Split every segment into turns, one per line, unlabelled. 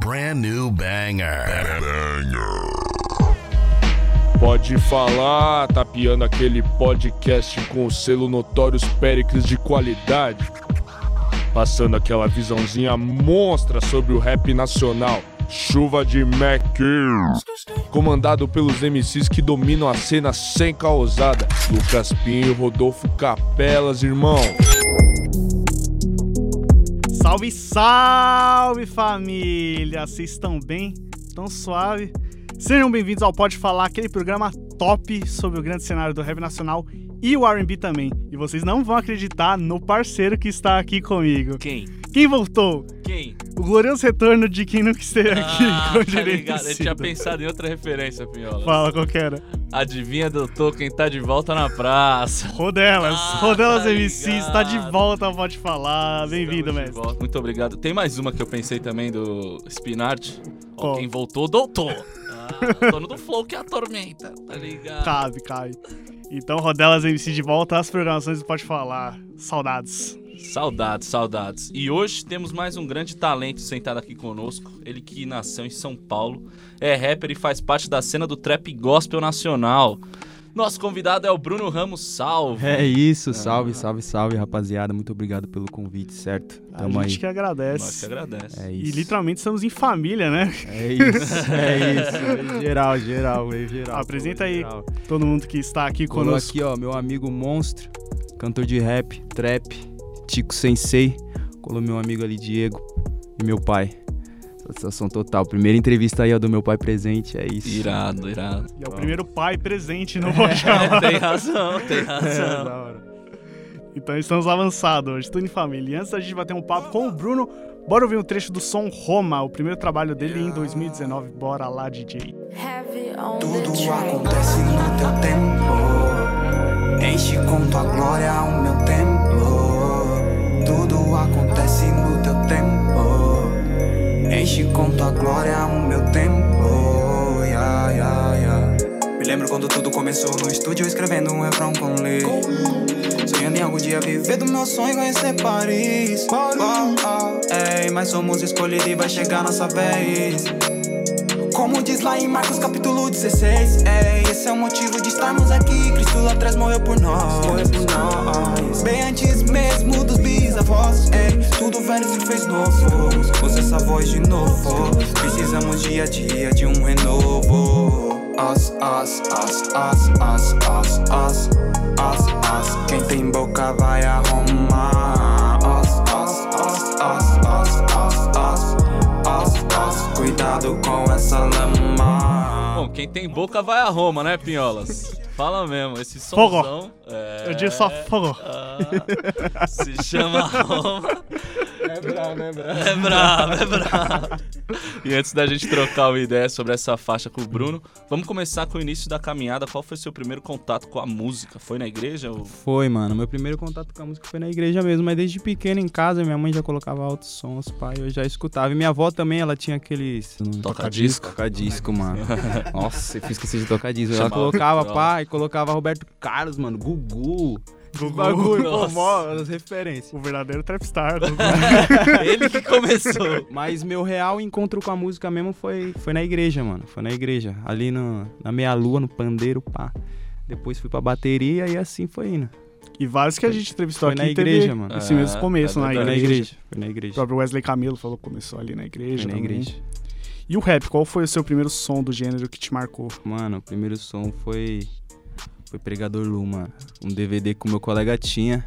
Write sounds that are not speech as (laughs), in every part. brand new banger.
Pode falar, tapeando aquele podcast com o selo Notórios Péricles de qualidade. Passando aquela visãozinha monstra sobre o rap nacional. Chuva de Mac. Comandado pelos MCs que dominam a cena sem causada. Lucas Pinho, Rodolfo Capelas, irmão.
Salve, salve família! Vocês estão bem? Tão suave? Sejam bem-vindos ao Pode Falar, aquele programa top sobre o grande cenário do rap nacional e o R&B também. E vocês não vão acreditar no parceiro que está aqui comigo.
Quem?
Quem voltou?
Quem?
O glorioso retorno de (laughs) quem nunca esteve aqui
Ah,
com
tá
direito
ligado. Eu
vencido.
tinha pensado em outra referência, Pinhola.
Fala, qual que era?
Adivinha, doutor, quem tá de volta na praça.
Rodelas,
Ah,
Rodelas
tá
MCs, tá de
ligado.
volta ao Pode Falar. Bem-vindo,
Estamos de
mestre.
volta. Muito obrigado. Tem mais uma que eu pensei também do Spinard. Ó,
Qual?
quem voltou, doutor. Ah, dono do flow que atormenta, tá ligado?
Cabe, cabe. Então, Rodelas MC de volta às programações do Pode Falar. Saudades.
Saudades, saudades. E hoje temos mais um grande talento sentado aqui conosco. Ele que nasceu em São Paulo, é rapper e faz parte da cena do trap gospel nacional. Nosso convidado é o Bruno Ramos Salve.
É isso, salve, salve, salve, rapaziada. Muito obrigado pelo convite, certo?
A gente
Tamo aí.
que
Nós que
agradece.
agradece.
É
E
isso.
literalmente estamos em família, né? (laughs)
É isso, é isso. Em geral, geral, em geral.
Apresenta
pô, em
aí
geral.
Todo mundo que está aqui
Colou
conosco.
aqui, ó, meu amigo monstro, cantor de rap, trap, Tico Sensei. Colou meu amigo ali, Diego, e meu pai. Satisfação total. Primeira entrevista aí, ó, do meu pai presente. É isso.
Irado, irado.
E é o primeiro pai presente
(laughs)
no Pode (laughs) Falar.
(laughs) tem razão, tem
É,
razão.
da hora.
Então estamos avançados hoje, tudo em família. E antes da gente bater um papo com o Bruno, bora ouvir um trecho do som Roma, o primeiro trabalho dele em 2019. Bora lá, DJ.
Tudo acontece no teu tempo. Enche com tua glória o meu templo. Tudo acontece no teu tempo. Enche com tua glória o meu templo. Ya, ya, ya. Me lembro quando tudo começou no estúdio escrevendo um refrão com Lee. Sonhando em algum dia viver do meu sonho e conhecer Paris. Oh, oh, ei, mas somos escolhidos e vai chegar nossa vez. Como diz lá em Marcos capítulo 16 é, Esse é o motivo de estarmos aqui Cristo lá atrás morreu por nós Bem antes mesmo dos bisavós é, Tudo velho se fez novo Usa essa voz de novo Precisamos dia a dia de um renovo As, as, as, as, as, as, as As, as, quem tem boca vai arrumar As, as, as, as, as, as, as as, as, cuidado com essa lama.
Bom, quem tem boca vai a Roma, né, Pinholas? Fala mesmo, esse
Fogo.
somzão. É...
Eu digo só fogo.
Ah, se
(laughs)
chama Roma.
É brabo, é brabo.
É brabo, é bravo. E antes da gente trocar uma ideia sobre essa faixa com o Bruno, vamos começar com o início da caminhada. Qual foi seu primeiro contato com a música? Foi na igreja? Ou...
Foi, mano. Meu primeiro contato com a música foi na igreja mesmo, mas desde pequeno em casa minha mãe já colocava altos sons, pai, eu já escutava. E minha avó também, ela tinha aqueles
Hum,
Toca-disco?
Toca-disco, mano.
(laughs)
Nossa, eu esqueci de tocar disco. Ela
Chamava
colocava,
Viola.
pai, colocava Roberto Carlos, mano, Gugu.
Gugu.
Bagulho, pô,
Nossa.
mó, as referências.
O verdadeiro trapstar. né? do-
Ele que começou.
Mas meu real encontro com a música mesmo foi, foi na igreja, mano. Foi na igreja. Ali no, na meia-lua, no pandeiro, pá. Depois fui pra bateria e assim foi indo.
E vários que a gente entrevistou
Foi
aqui
na
teve
igreja, mano.
Esse mesmo
Ah,
começo na,
tá
Foi
igreja.
na igreja. Foi na
O
igreja.
próprio Wesley Camilo falou que começou ali na igreja.
Foi na
também.
igreja.
E o rap, qual foi o seu primeiro som do gênero que te marcou?
Mano, o primeiro som foi. Foi Pregador Luma. Um DVD que o meu colega tinha.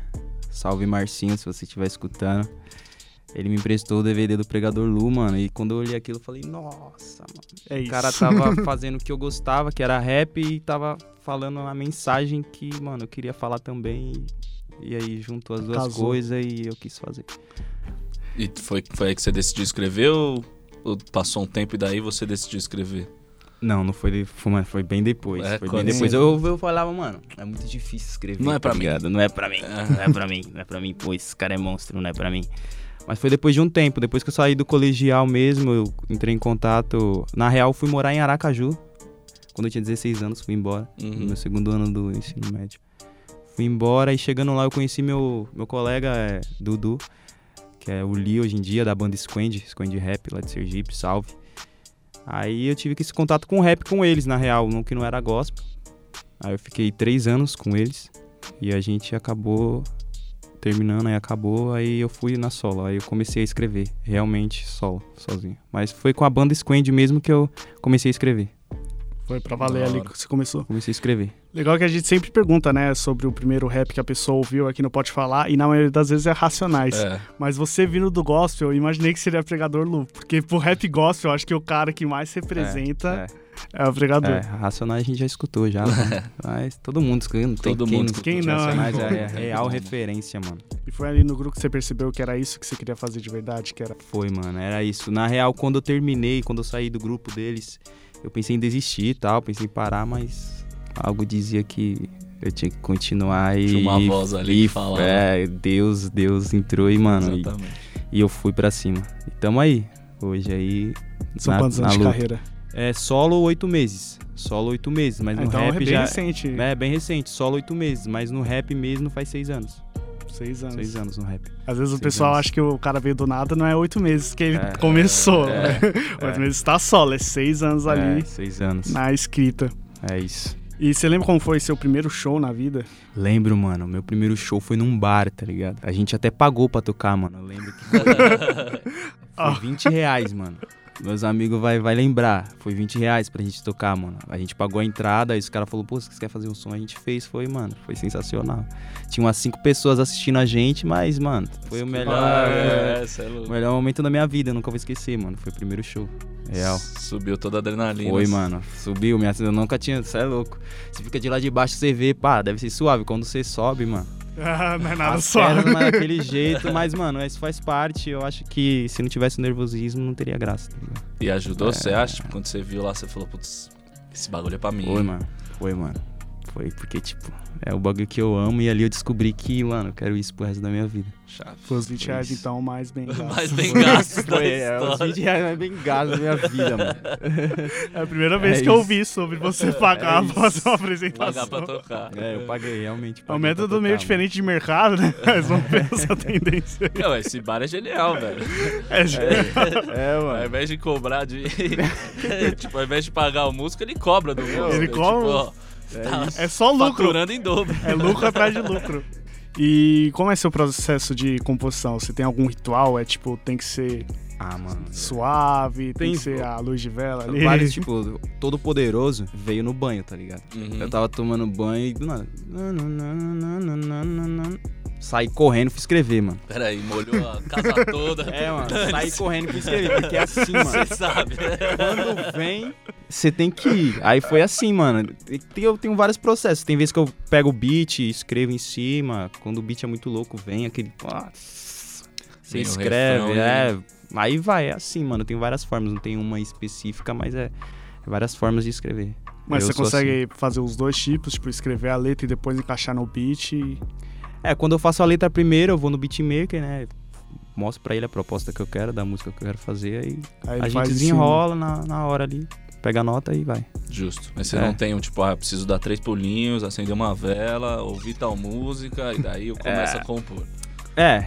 Salve Marcinho, se você estiver escutando. Ele me emprestou o DVD do Pregador Lu, mano. E quando eu olhei aquilo, eu falei, nossa, mano.
É isso.
O cara tá tava fazendo o que eu gostava, que era rap, e tava falando a mensagem que, mano, eu queria falar também. E aí juntou as duas
Casou.
coisas e eu quis fazer.
E foi, foi aí que você decidiu escrever ou, ou passou um tempo e daí você decidiu escrever?
Não, não foi, de- foi, mano, foi bem depois.
É,
foi bem
quando
depois.
você-
Eu, eu falava, mano, é muito difícil escrever.
Não é pra
tá
mim.
ligado? Não é pra mim. Não é pra mim. Não é pra mim. Pô, esse cara é monstro, não é pra mim. Mas foi depois de um tempo, depois que eu saí do colegial mesmo, eu entrei em contato. Na real, eu fui morar em Aracaju. Quando eu tinha 16 anos, fui embora. No
Uhum.
meu segundo ano do ensino médio. Fui embora e chegando lá eu conheci meu, meu colega é, Dudu, que é o Lee hoje em dia, da banda Squend, Squend Rap, lá de Sergipe, salve. Aí eu tive esse contato com o rap com eles, na real, não que não era gospel. Aí eu fiquei três anos com eles e a gente acabou terminando, aí acabou, aí eu fui na solo, aí eu comecei a escrever, realmente solo, sozinho. Mas foi com a banda Squend mesmo que eu comecei a escrever,
(laughs) Foi pra valer
Da
ali
hora.
que você começou.
comecei a escrever.
Legal que a gente sempre pergunta, né, sobre o primeiro rap que a pessoa ouviu aqui no Pode Falar, e na maioria das vezes é Racionais.
É.
Mas você vindo do gospel, eu imaginei que seria pregador Lu, porque pro rap gospel, eu acho que o cara que mais representa é, o pregador.
É, Racionais a gente já escutou
(laughs)
já, né? mas todo mundo escuta, não tem
Todo
quem
mundo
não
escuta.
Quem não, né?
Racionais
(laughs)
é, é real
Todo mundo.
referência, mano.
E foi ali no grupo que você percebeu que era isso que você queria fazer de verdade, que era
Foi, mano, era isso. Na real, quando eu terminei, quando eu saí do grupo deles, eu pensei em desistir e tal, pensei em parar, mas algo dizia que eu tinha que continuar e.
Tinha uma voz ali que
e-
falava.
É, Deus, Deus entrou e, mano, e,
Exatamente.
e eu fui pra cima. E tamo aí. Hoje aí.
são quantos anos de
luta.
carreira.
É solo oito meses. Solo oito meses, mas
Ah,
no
então é
rap
bem
já.
recente,
É, bem recente, solo oito meses, mas no rap mesmo faz seis anos.
seis anos.
Seis anos no rap.
Às vezes o
Seis
pessoal
anos.
acha que o cara veio do nada, não é oito meses que ele
É,
começou.
é,
né?
(laughs)
Oito meses tá solo, é seis anos
É,
ali
seis anos.
na escrita.
É isso.
E você lembra como foi seu primeiro show na
(laughs)
vida?
Lembro, mano, meu primeiro show foi num bar, tá ligado? A gente até pagou pra tocar, mano. Eu lembro que foi,
Ah.
foi 20 reais, mano. Meus amigos vai, vai lembrar. Foi 20 reais pra gente tocar, mano. A gente pagou a entrada, aí os caras falaram, pô, você quer fazer um som? A gente fez, foi, mano. Foi sensacional. Tinha umas cinco pessoas assistindo a gente, mas, mano, foi o melhor. né?
Ah, é, é, cê é
O
louco.
melhor momento da minha vida, eu nunca vou esquecer, mano. Foi o primeiro show. Real.
Subiu toda a adrenalina.
Foi, mano. Subiu, minha eu nunca tinha. Você é louco. Você fica de lá de baixo, você vê, pá, deve ser suave. Quando você sobe, mano.
Ah, não é nada
As
só.
(laughs) pernas
(laughs)
daquele jeito, mas, mano, isso faz parte. Eu acho que se não tivesse o nervosismo, não teria graça. tá ligado?
E ajudou, você acha? Tipo, Quando você viu lá, você falou, putz, esse bagulho é pra mim.
Foi, mano. Foi, mano. Foi, porque, tipo, é o bagulho que eu amo e ali eu descobri que, mano, eu quero isso pro resto da minha vida.
Chave.
Foi os 20 reais,
Isso.
então, mais
(laughs)
bem gasto.
Mais bem gasto da
Foi, é, os
história.
20 reais mais bem gasto da minha vida, mano.
É a primeira vez
É
que eu
isso. É
ouvi sobre
(laughs)
você pagar
isso.
pra fazer uma
Pagar
apresentação.
pra tocar.
É, eu paguei, realmente.
É
paguei
um
pra
método
tocar,
meio
mano.
diferente de mercado, né? (laughs) Mas vamos
(laughs)
ver essa tendência.
Não, esse bar é genial, velho.
É, gente.
É,
Ao
mano.
invés de cobrar de. (laughs) tipo, ao invés de pagar o músico, ele cobra do músico.
Ele
né?
cobra.
Tipo, ó, tá
É só
um
lucro.
faturando em dobro.
É lucro atrás de lucro. E como é seu processo de composição? Você tem algum ritual? É tipo, tem que ser
Ah, mano.
suave, tem,
Tem
que ser a luz de vela ali.
Vários, tipo, todo poderoso veio no banho, tá ligado?
Uhum.
Eu tava tomando banho e do nada. nananana, Saí correndo e fui escrever, mano.
Peraí, molhou a casa toda.
(laughs) É, mano, saí correndo e fui escrever, porque é assim,
Você
(laughs) mano.
sabe. né?
Quando vem, você tem que ir. Aí foi assim, mano. E tem- Eu tenho vários processos. Tem vezes que eu pego o beat, escrevo em cima. Quando o beat é muito louco, vem aquele. Ah, Você
Vem o
escreve,
refrão, né?
é. Aí vai, é assim, mano. Tem várias formas, não tem uma específica, mas é, é várias formas de escrever.
Mas
Eu
você
sou assim.
consegue fazer os dois tipos, tipo, escrever a letra e depois encaixar no beat. e-
É, quando eu faço a letra primeiro, eu vou no beatmaker, né? Mostro pra ele a proposta que eu quero, da música que eu quero fazer, aí
Aí ele faz
a gente
em cima.
desenrola na, na hora ali, pega a nota e vai.
Justo. Mas você
É.
não tem um tipo, ah, preciso dar três pulinhos, acender uma vela, ouvir tal música, e daí eu começo a compor.
É.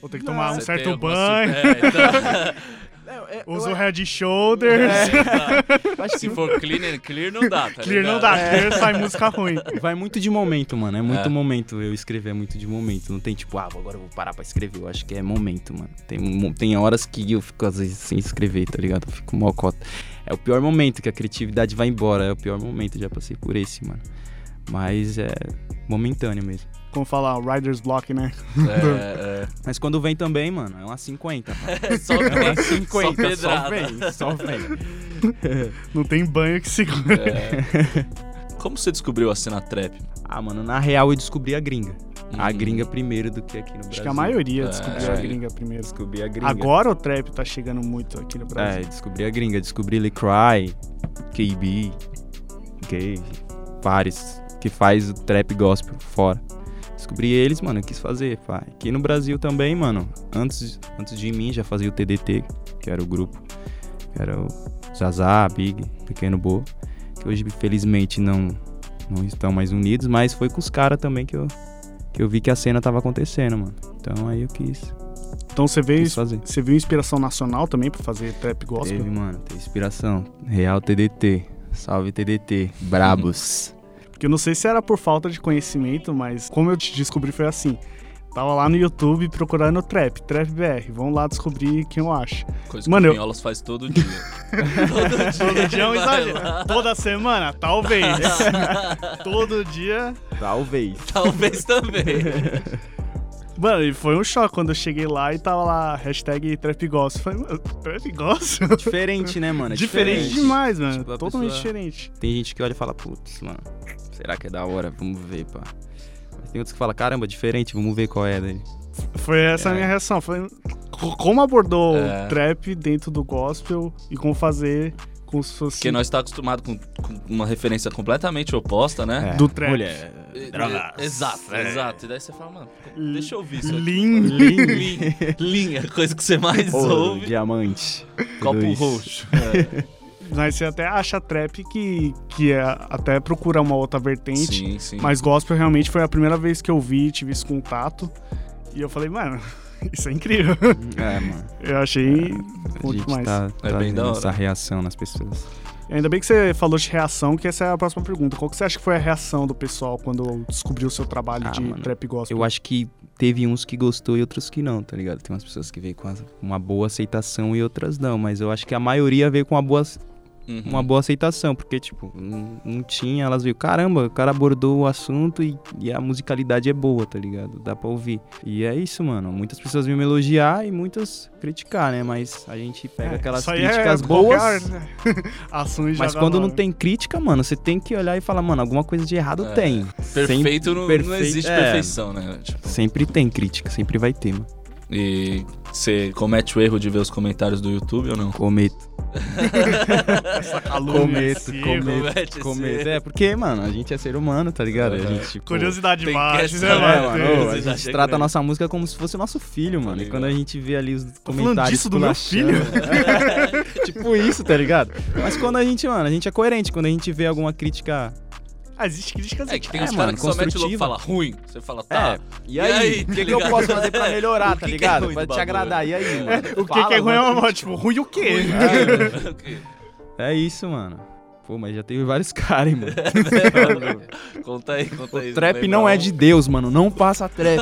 Ou tem que tomar um
Você tem
certo
alguma
banho,
su- É, então, (laughs)
usa o head shoulders.
se for clean and clear, não dá, É, tá
Clear não
ligado?
dá, clear sai música ruim.
Vai muito de momento, mano. É muito
É.
momento. Eu escrever é muito de momento. Não tem tipo, ah, agora eu vou parar pra escrever. Eu acho que é momento, mano. Tem, um mo- tem horas que eu fico, às vezes, sem escrever, tá ligado? Eu fico mocota. É o pior momento que a criatividade vai embora. É o pior momento. Já passei por esse, mano. Mas é momentâneo mesmo.
Como falar, Rider's Block, né?
É,
Mas quando vem também, mano, é umas 50. mano.
é. Só,
É
só
50, só,
pedrada.
vem, só vem.
Não tem banho que segura.
É. Como você descobriu a cena trap?
Ah, mano, na real eu descobri a gringa. A
Hum.
gringa primeiro do que aqui no Brasil.
Acho que a maioria
É,
descobriu a
acho que-
gringa primeiro.
Descobri a gringa.
Agora o trap tá chegando muito aqui no
É,
Brasil.
descobri a gringa. Descobri Lee Cry, KB, Gave, vários, que faz o trap gospel fora. Descobri eles, mano, eu quis fazer, pá. Aqui no Brasil também, mano, antes, antes de mim já fazia o TDT, que era o grupo, que era o Zazá, Big, Pequeno Bo, que hoje, felizmente, não, não estão mais unidos, mas foi com os caras também que eu, que eu vi que a cena tava acontecendo, mano. Então aí eu quis
Então você veio,
Quis fazer.
você viu inspiração nacional também pra fazer trap gospel?
Teve, mano, teve inspiração. Real TDT. Salve TDT. Brabos.
Porque eu não sei se era por falta de conhecimento, mas como eu te descobri foi assim. Tava lá no YouTube procurando trap, trap BR. Vão lá descobrir quem eu acho.
Coisa
Mano,
que
eu-
o Pinholas faz todo dia. (laughs) todo
Todo dia é um
(laughs)
vai
exagero.
lá.
Toda semana? Talvez. Todo dia.
Talvez.
Talvez também.
Mano, e foi um choque quando eu cheguei lá e tava lá, hashtag trap gospel. Falei, mano, trap gospel?
(laughs) Diferente, né, mano?
(laughs)
É
diferente. demais, mano.
Tipo, a
Totalmente
pessoa-
diferente.
Tem gente que olha e fala, putz, mano, será que é da hora? Vamos ver, pá. Mas tem outros que falam, caramba, diferente, vamos ver qual é dele.
Foi essa a
É.
minha reação. Foi co- como abordou o trap dentro do gospel e como fazer com se fosse
Porque nós tá acostumado com, com uma referência completamente oposta, né?
do trap.
Mulher.
(laughs) E-
Drogas.
e- É, Exato, exato. E daí você fala, mano, deixa eu ouvir isso aqui.
Lean.
(laughs) Lean. Lean, a coisa que você mais
Ouro,
ouve.
diamante.
Copo
Tudo isso.
roxo. É.
Mas você até acha trap que, que é, até procura uma outra vertente.
Sim, sim.
Mas gospel realmente foi a primeira vez que eu vi, tive esse contato. E eu falei, mano, (laughs) isso é incrível.
(laughs)
É, mano.
Eu achei
A
bom
gente
demais.
tá,
É
tá
bem da
vendo
hora.
essa reação nas pessoas.
Ainda bem que você falou de reação, que essa é a próxima pergunta. Qual que você acha que foi a reação do pessoal quando descobriu o seu trabalho
Ah,
de
mano,
trap gospel?
Eu acho que teve uns que gostou e outros que não, tá ligado? Tem umas pessoas que veio com as- uma boa aceitação e outras não, mas eu acho que a maioria veio com uma boa,
Uhum.
uma boa aceitação, porque, tipo, não, não tinha, elas viram, caramba, o cara abordou o assunto e, e a musicalidade é boa, tá ligado? Dá pra ouvir. E é isso, mano. Muitas pessoas vinham me elogiar e muitas criticar, né? Mas a gente pega aquelas
Isso aí é
críticas
qualquer,
boas.
né? (laughs) Assunto e
Mas
joga
quando
no
não
ar.
tem crítica, mano, você tem que olhar e falar, mano, alguma coisa de errado
É.
tem.
Perfeito, não,
Sempre-
não existe
é.
perfeição, né? Tipo,
Sempre tem crítica, sempre vai ter, mano.
e você comete o erro de ver os comentários do YouTube ou não?
Cometo.
calúnia,
Cometo,
sim,
comete
cometo,
esse
cometo.
erro.
É, porque, mano, a gente é ser humano, tá ligado? A gente, tipo,
Curiosidade
Tem
baixa,
questão,
né,
É,
né,
mano?
mano,
Deus,
a
eu já achei
gente trata
que
a nossa música como se fosse nosso filho, mano. E
ligado.
quando a gente vê ali os
falando
comentários.
disso do meu
esculachando, (laughs) tipo isso, tá ligado? Mas quando a gente, mano, a gente é coerente. Quando a gente vê alguma crítica.
Ah, existe críticas
É que tem
É,
uns caras
mano,
que só mete o louco e
construtiva.
fala ruim. Você fala, tá.
(laughs)
(laughs)
É, e aí?
aí,
O
tá
que, que eu
ligado?
posso fazer pra
O
melhorar,
que
tá
que é
ligado?
ruim
pra
do
te
bagulho?
agradar. E aí? mano?
O que,
Fala
que é ruim é uma
alguma
voz, tipo, ruim o quê?
É isso, mano. Pô, mas já teve vários (laughs) caras, hein, mano.
conta aí, conta aí.
Trap
lembra
não é
um?
de Deus, mano. Não passa (laughs) trap.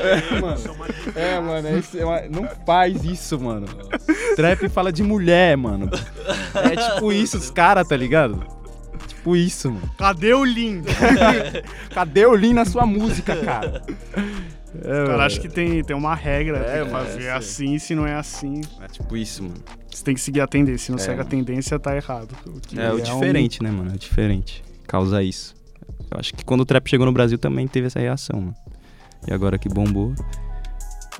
é, mano. É, mano. é isso, é uma- não faz isso, mano. Trap fala de mulher, mano. É tipo isso, os caras, tá ligado? Tipo isso, mano.
Cadê o link?
Cadê o Lean na sua música, cara? É,
Cara,
mano.
acho que tem, tem uma regra
É,
tem que
mano,
fazer
é
assim, se não é assim,
É tipo isso, mano.
você tem que seguir a tendência. Se não
É,
segue a
mano.
tendência, tá errado. O que
É, o
um-
diferente, né, mano? É o diferente. Causa isso. Eu acho que quando o trap chegou no Brasil também teve essa reação, mano. E agora que bombou.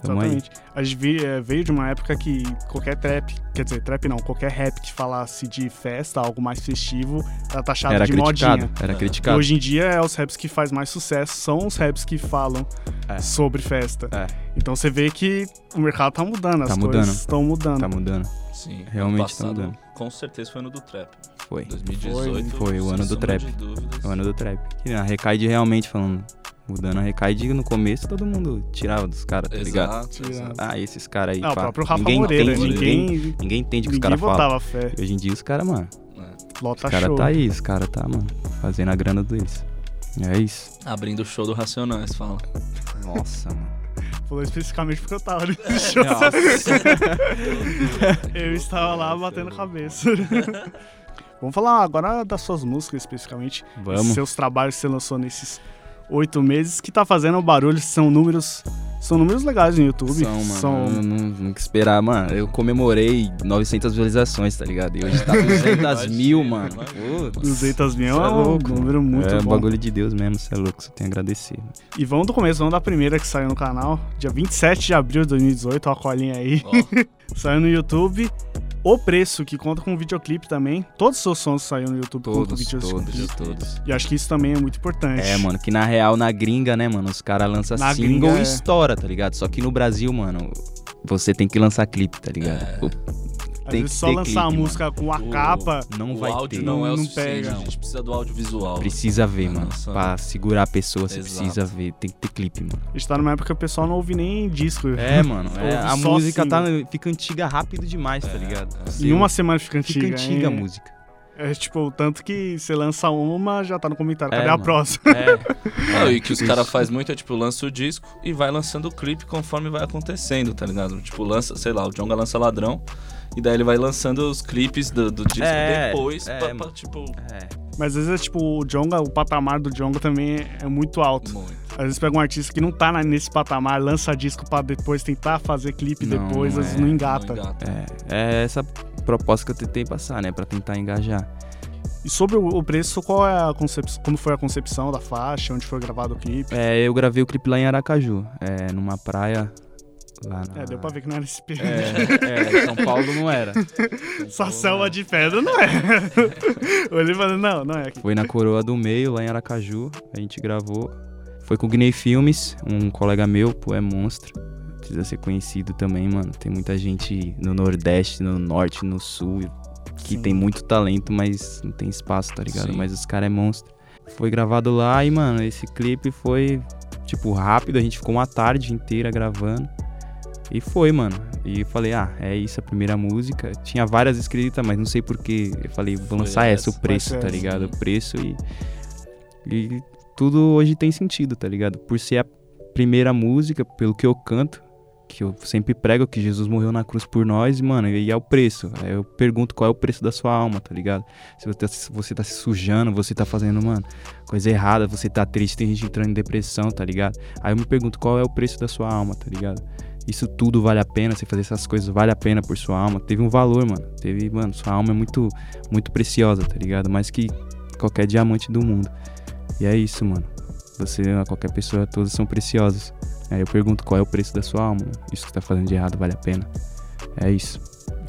Tamo aí.
Exatamente. A gente vi- eh, veio de uma época que qualquer trap, quer dizer, trap não, qualquer rap que falasse de festa, algo mais festivo, era taxado
Era
de
criticado.
modinha.
Era
E
criticado.
hoje em dia, é, os raps que faz mais sucesso são os raps que falam
É.
sobre festa.
É.
Então você vê que o mercado tá mudando,
Tá
as
mudando.
coisas estão mudando.
Tá mudando.
Sim, ano
Realmente tá
passado,
mudando.
Com certeza foi ano do trap.
Foi.
2018
Foi o
sem
ano do
sombra
trap.
de dúvidas.
O ano do trap. Que a Recaide realmente falando. Mudando a Recaide no começo todo mundo tirava dos caras, tá ligado?
Exato, exato.
Ah, esses caras aí.
Não, o
pá.
próprio Rafa
ninguém
Moreira,
entende,
ninguém,
ninguém,
ninguém,
ninguém entende o que os caras falam.
botava fé.
E Hoje em dia os caras, mano.
Lota
os caras
show.
tá aí, os caras tá, mano. Fazendo a grana deles. É isso.
Abrindo o show do Racionais, fala.
Nossa, mano.
Falou especificamente porque eu tava (laughs) no show. Eu estava lá batendo cabeça. (laughs) Vamos falar agora das suas músicas especificamente.
Vamos.
Seus trabalhos que você lançou nesses oito meses, que tá fazendo barulho, são números. São números legais no YouTube.
São, mano. Não,
é
não, não que esperar, mano. Eu comemorei 900 visualizações, tá ligado? E (laughs) hoje tá 200 mil, mano. Pô,
200 mil
Cê
é
é
um
louco,
número muito
é um
bom.
bagulho de Deus mesmo, você é louco, você tem a agradecer.
E vamos do começo, vamos da primeira que saiu no canal, dia 27 de abril de 2018, ó a colinha aí.
Ó,
(laughs) Saiu no YouTube. O Preço, que conta com um videoclipe também. Todos os seus sons saíram no YouTube com
Todos,
videoclipe.
todos, todos.
E acho que isso também é muito importante.
É, mano, que na real, na gringa, né, mano, os caras lançam
Na
single
gringa, é.
e estoura, tá ligado? Só que no Brasil, mano, você tem que lançar clipe, tá ligado? O-
Às
Tem
vezes
que
só
ter
lançar a
clipe,
música com a
O-
capa.
Não
o
vai
áudio
ter.
não é o
Não
suficiente,
pega.
a gente precisa do audiovisual.
Precisa ver,
Não,
mano.
só-
Pra segurar a pessoa, você
Exato.
precisa ver. Tem que ter clipe, mano.
A gente tá numa época que o pessoal não ouve nem disco. (laughs)
É, mano. é,
Ouve só
a música tá,
single.
fica antiga rápido demais, tá ligado? Você
Em uma semana fica
fica
antiga.
antiga a
hein?
música.
É tipo, tanto que você lança uma, já tá no comentário.
É,
Cadê a
mano.
próxima?
É.
Não, e que os caras fazem muito é tipo, lança o disco e vai lançando o clipe conforme vai acontecendo, tá ligado? Tipo, lança, sei lá, o Jonga lança Ladrão e daí ele vai lançando os clipes do, do disco
É,
depois
é,
pra,
mano.
pra, tipo.
É.
Mas às vezes, tipo, o Jonga, o patamar do Jonga também é muito alto.
Muito.
Às vezes pega um artista que não tá na- nesse patamar, lança disco pra depois tentar fazer clipe
Não,
depois, às vezes
é,
não
Não
engata.
engata.
É essa proposta que eu tentei passar, né? Pra tentar engajar.
E sobre o- o preço, qual é a concepção, como foi a concepção da faixa, onde foi gravado o clipe?
É, eu gravei o clipe lá em Aracaju. É, numa praia lá na...
É, deu pra ver que não era esse período.
(laughs) É, é, São Paulo não era.
Só selva de pedra não é. (laughs) Olhei e falei, não, não é aqui.
Foi na Coroa do Meio, lá em Aracaju. A gente gravou. Foi com o Guinei Filmes, um colega meu, pô, é monstro. Precisa ser conhecido também, mano. Tem muita gente no Nordeste, no Norte, no Sul, que
Sim.
tem muito talento, mas não tem espaço, tá ligado?
Sim.
Mas os caras é monstro. Foi gravado lá e, mano, esse clipe foi, tipo, rápido. A gente ficou uma tarde inteira gravando. E foi, mano. E eu falei, ah, é isso, a primeira música. Tinha várias escritas, mas não sei porquê. Eu falei, vou
Foi
lançar essa,
essa.
o preço,
Vai ser
tá
essa.
ligado? O preço e. E tudo hoje tem sentido, tá ligado? Por ser a primeira música, pelo que eu canto, que eu sempre prego que Jesus morreu na cruz por nós, mano, e é o preço. Aí eu pergunto qual é o preço da sua alma, tá ligado? Se você tá, se você tá se sujando, você tá fazendo, mano, coisa errada, você tá triste, tem gente entrando em depressão, tá ligado? Aí eu me pergunto qual é o preço da sua alma, tá ligado? Isso tudo vale a pena, você fazer essas coisas vale a pena por sua alma. Teve um valor, mano. Teve, mano, sua alma é muito, muito preciosa, tá ligado? Mais que qualquer diamante do mundo. E é isso, mano. Você, qualquer pessoa, todas são preciosas. Aí eu pergunto qual é o preço da sua alma. Isso que tá fazendo de errado vale a pena. É isso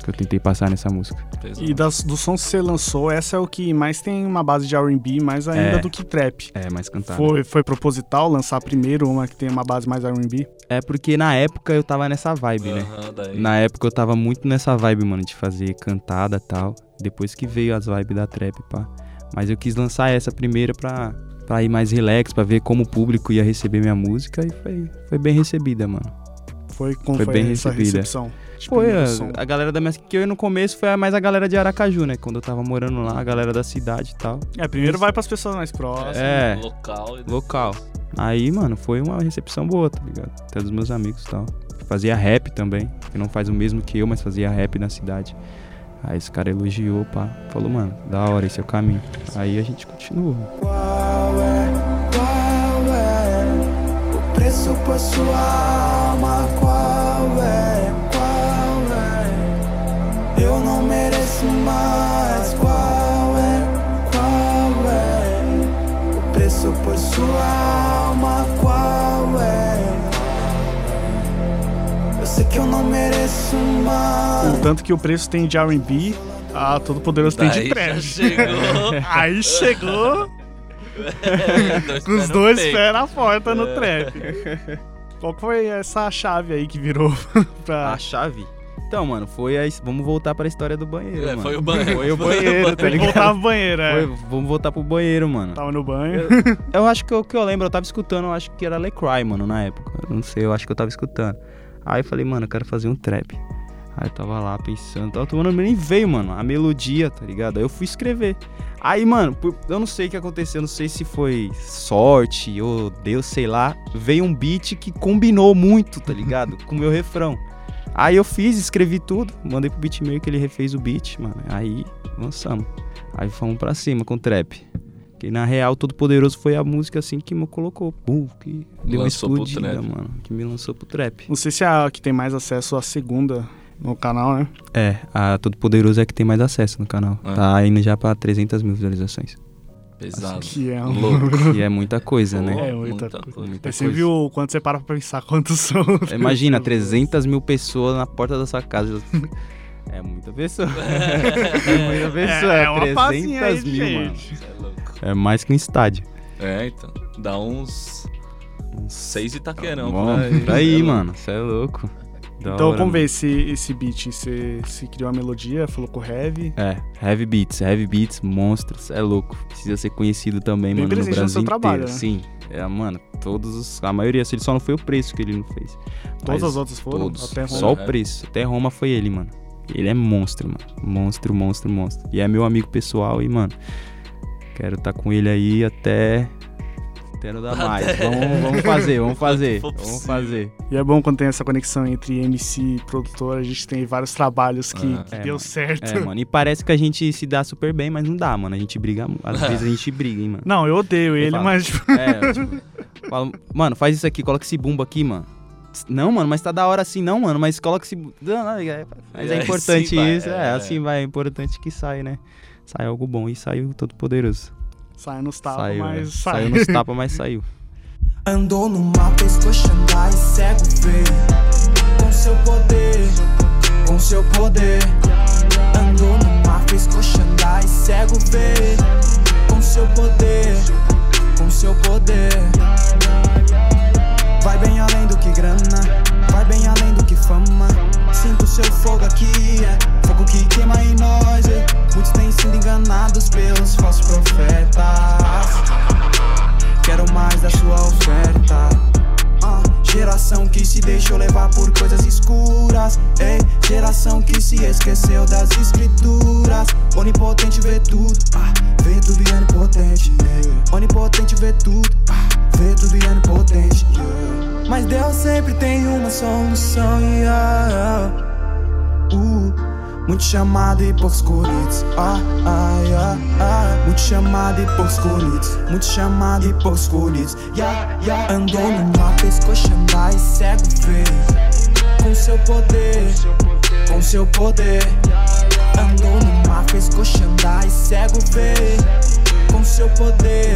que eu tentei passar nessa música.
Exato.
E das, do som que você lançou, essa é o que mais tem uma base de R&B, mais ainda
É.
do que trap.
É, mais cantada.
Foi, foi proposital lançar primeiro uma que tem uma base mais R&B?
É porque na época eu tava nessa vibe, né?
Aham, daí.
Na época eu tava muito nessa vibe, mano, de fazer cantada e tal. Depois que veio as vibes da trap, pá. Mas eu quis lançar essa primeira pra, pra ir mais relax, pra ver como o público ia receber minha música. E foi, foi bem recebida, mano.
Foi como foi,
Foi bem
essa
recebida.
recepção? de
Foi, é,
primeiro
a,
som?
a galera da minha... Que eu ia no começo foi a- mais a galera de Aracaju, né? Quando eu tava morando lá, a galera da cidade e tal.
É, primeiro vai pras pessoas mais próximas.
É.
Local. e depois-
Local. Aí, mano, foi uma recepção boa, tá ligado? Até dos meus amigos e tal. Fazia rap também, que não faz o mesmo que eu, mas fazia rap na cidade. Aí esse cara elogiou, pá. Falou, mano, da hora, esse é o caminho. Aí a gente continuou.
Qual é, qual é o preço pra sua alma? Qual é, qual é? Eu não mereço mais. Qual é, qual é o preço por sua alma? Qual é? Eu sei que eu não mereço mais.
O tanto que o preço tem de R&B, a Todo Poderoso tem de
Daí já
trap.
chegou.
(laughs) Aí chegou com os
no
dois
peito. É.
pés na porta no trap. Qual que foi essa chave aí que virou (laughs) pra...
Ah,
A chave? Então, mano, foi a... his- Vamos voltar pra história do banheiro,
É,
mano.
foi o banheiro.
Foi o banheiro,
Tem
tá
que
ligado?
voltar pro banheiro, é.
Foi- vamos voltar pro banheiro, mano.
Tá.
Tava no banho.
Eu acho que o que eu lembro, eu tava escutando, eu acho que era Lecrae, mano, na época. Eu não sei, eu acho que eu tava escutando. Aí eu falei, mano, eu quero fazer um trap. Aí eu tava lá pensando, tava tomando, nem veio, mano, a melodia, tá ligado? Aí eu fui escrever. Aí, mano, por- eu não sei o que aconteceu, eu não sei se foi sorte ou Deus, sei lá. Veio um beat que combinou muito, tá ligado? Com o meu refrão. Aí eu fiz, escrevi tudo, mandei pro beatmaker, ele refez o beat, mano. Aí lançamos. Aí fomos pra cima com o trap. Que na real, Todo Poderoso foi a música assim que me colocou. Pum, que deu uma
Lançou pro
explodida,
trap.
mano. Que me lançou pro trap.
Não sei se é a que tem mais acesso à segunda no canal, né?
É, a Todo Poderoso é que tem mais acesso no canal.
É.
Tá indo já pra 300 mil visualizações.
Pesado.
Que é um...
Louco.
E é muita coisa, né?
É, muita
Muita
Aí Você
coisa.
viu quando você para pra pensar quantos são.
Imagina, 300 mil pessoas na porta da sua casa. É muita pessoa. É muita
(laughs)
pessoa.
É,
É,
é uma passinha aí,
300 mil, mano.
gente.
É louco.
É mais que um estádio.
É, então. Dá uns. Seis Itaquerão.
Bom,
por aí.
Tá aí,
É louco.
mano. Você é louco. Da
então
hora,
vamos ver esse, esse beat. Você, você criou uma melodia, falou com o Heavy.
É, Heavy Beats, Heavy Beats, monstros, é louco. Precisa ser conhecido também,
Bem
mano, no
presente
Brasil
no seu trabalho,
inteiro.
né?
Sim, é, mano, todos os, a maioria, assim, ele só não foi o preço que ele não fez.
Todas
Mas
as outras foram.
todos,
Até Roma.
só o
né?
preço, até Roma foi ele, mano. Ele é monstro, mano, monstro, monstro, monstro. E é meu amigo pessoal e, mano, quero estar com ele aí até... Até não dar mais. Vamos, vamos fazer, vamos fazer,
for possível.
vamos fazer.
E é bom quando tem essa conexão entre MC e produtor. A gente tem vários trabalhos que,
Ah.
que
É,
deu
mano.
certo.
É, mano, e parece que a gente se dá super bem, mas não dá, mano. A gente briga, mu-
(laughs)
às vezes a gente briga, hein, mano.
Não, eu odeio ele,
falo.
mas tipo, (laughs)
É, eu, tipo, falo, mano, faz isso aqui, coloca esse bumbo aqui, mano. Não, mano, mas tá da hora assim, não, mano, mas coloca esse. bu- Não, não, é- Mas é
É,
importante
assim vai,
isso, é,
é.
assim vai, é importante que sai, né? Sai algo bom e saiu todo poderoso.
sai nos tapas,
saiu,
mas
é.
sai.
saiu nos tapas, mas saiu.
Andou no mapa, escoxa andar e cego vê Com seu poder, com seu poder Andou no mapa, escoxa andar e cego vê Com seu poder, com seu poder Vai bem além do que grana, vai bem além do que fama Sinto seu fogo aqui, é fogo que queima em nós é. Muitos têm sido enganados pelos falsos profetas Quero mais da sua oferta. Ah, geração que se deixou levar por coisas escuras. Ei, geração que se esqueceu das escrituras. Onipotente vê tudo, ah, vê tudo e é onipotente. ei. Onipotente vê tudo, ah, vê tudo e é onipotente. yeah. Mas Deus sempre tem uma solução. Yeah. Uh, muito chamado e poucos escolhidos. Ah, ah, yeah, ah. Muito chamado e poucos escolhidos. Muito chamado e poucos escolhidos. Yeah, yeah. Andou no mapa, escoxa andar e cego vê. Com seu poder, com seu poder. Andou no mapa, escoxa andar e cego vê. Com seu poder,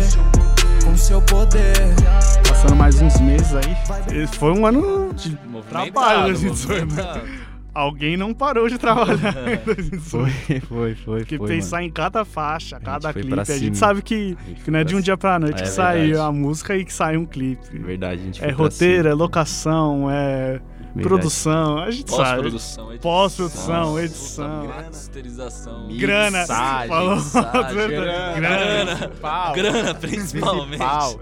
com seu poder.
(laughs) Passando mais uns meses aí. Foi um ano de
Movimentado,
trabalho, gente.
movimentado.
Alguém não parou de trabalhar (laughs) em
(laughs)
2018.
(laughs) Foi, foi, foi.
Porque
foi,
pensar em cada faixa, cada
foi
clipe,
pra
a gente
cima.
sabe que,
A gente
que não é
foi
de
pra
um dia pra noite
É
que sai
verdade.
a música e que sai um clipe.
mano. Verdade, a gente
É
foi Tipo pra
roteiro,
cima.
é locação, é
Verdade.
produção, a gente sabe.
Pós-produção, edição.
Pós-produção,
Puta,
edição.
Masterização.
Grana,
Mixagem,
falou.
mixagem,
grana.
grana.
Pau.
Grana, principalmente.
Pau.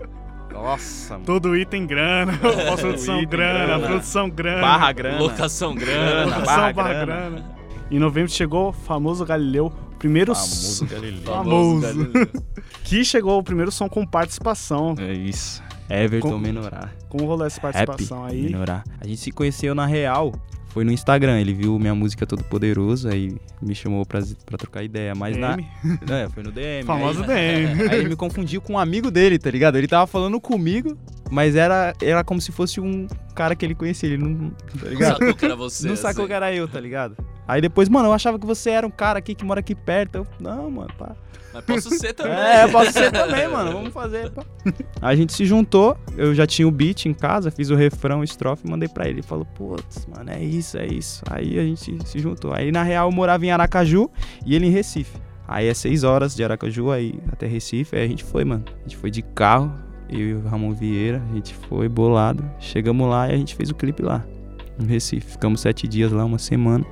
Nossa, mano.
Todo item grana,
(laughs)
produção
item,
grana,
grana.
produção grana,
Barra grana.
Locação grana.
Grana.
produção
barra
barra grana. Em novembro chegou o famoso Galileu, o primeiro s-
Famoso
(laughs)
Galileu.
Famoso.
Galileu.
(laughs) que chegou o primeiro som com participação.
É isso. Everton
Com-
Menorá.
Como rolou essa participação
Rap,
aí?
Menorá. A gente se conheceu na real. Foi no Instagram, ele viu minha música Todo Poderoso, aí me chamou pra, pra trocar ideia. Mas na.
DM,
É, foi no DM.
famoso
aí,
DM.
aí ele me confundiu com um amigo dele, tá ligado? Ele tava falando comigo, mas era, era como se fosse um cara que ele conhecia. Ele não. Tá
(laughs) Não
ligado?
sacou que era você.
não sacou
assim.
que era eu, tá ligado? Aí depois, mano, eu achava que você era um cara aqui que mora aqui perto. Eu, não, mano, pá.
Mas posso ser também.
É, eu posso ser também, mano. Vamos fazer. pá. A gente se juntou, eu já tinha o beat em casa, fiz o refrão, estrofe, mandei pra ele. Ele falou, putz, mano, é isso, é isso. Aí a gente se juntou. Aí, na real, eu morava em Aracaju e ele em Recife. Aí é seis horas de Aracaju aí até Recife. Aí a gente foi, mano. A gente foi de carro, eu e o Ramon Vieira, a gente foi bolado. Chegamos lá e a gente fez o clipe lá, no Recife. Ficamos sete dias lá, uma semana,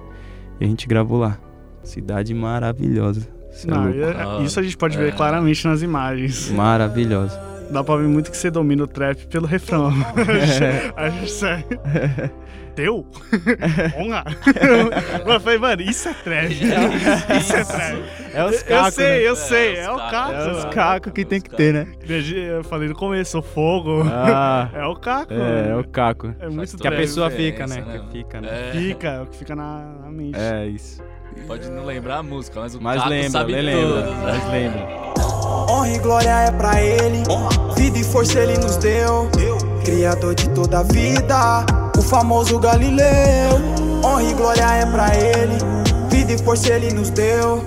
e a gente gravou lá. Cidade maravilhosa. Cê (laughs) é
Não,
louco.
é- isso a gente pode ver claramente nas imagens.
Maravilhosa.
Dá pra ver muito que você domina o trap pelo refrão. (laughs) a gente
(laughs)
sai. Teu? Honra? Eu falei, mano, isso é
(laughs)
trap. Isso é trap.
É os
Eu
cacos, um né?
sei, eu sei.
É,
É o
os cacos.
caco.
É os
mano.
cacos que tem que ter, né?
Eu falei no começo, o fogo.
Ah,
(laughs) É o caco.
é, é
mano.
o caco.
É muito
Que a
trap.
pessoa fica,
diferença,
né?
né,
Que
mano?
fica, né?
É,
Fica, é o que fica na, na mente.
É isso.
Pode não lembrar a música, mas o
Mas
Caco
lembra,
sabe
né? lembra.
todas, né?
Mas lembra.
Honra e glória é pra Ele, vida e força Ele nos deu, Criador de toda a vida, o famoso Galileu. Honra e glória é pra Ele, vida e força Ele nos deu,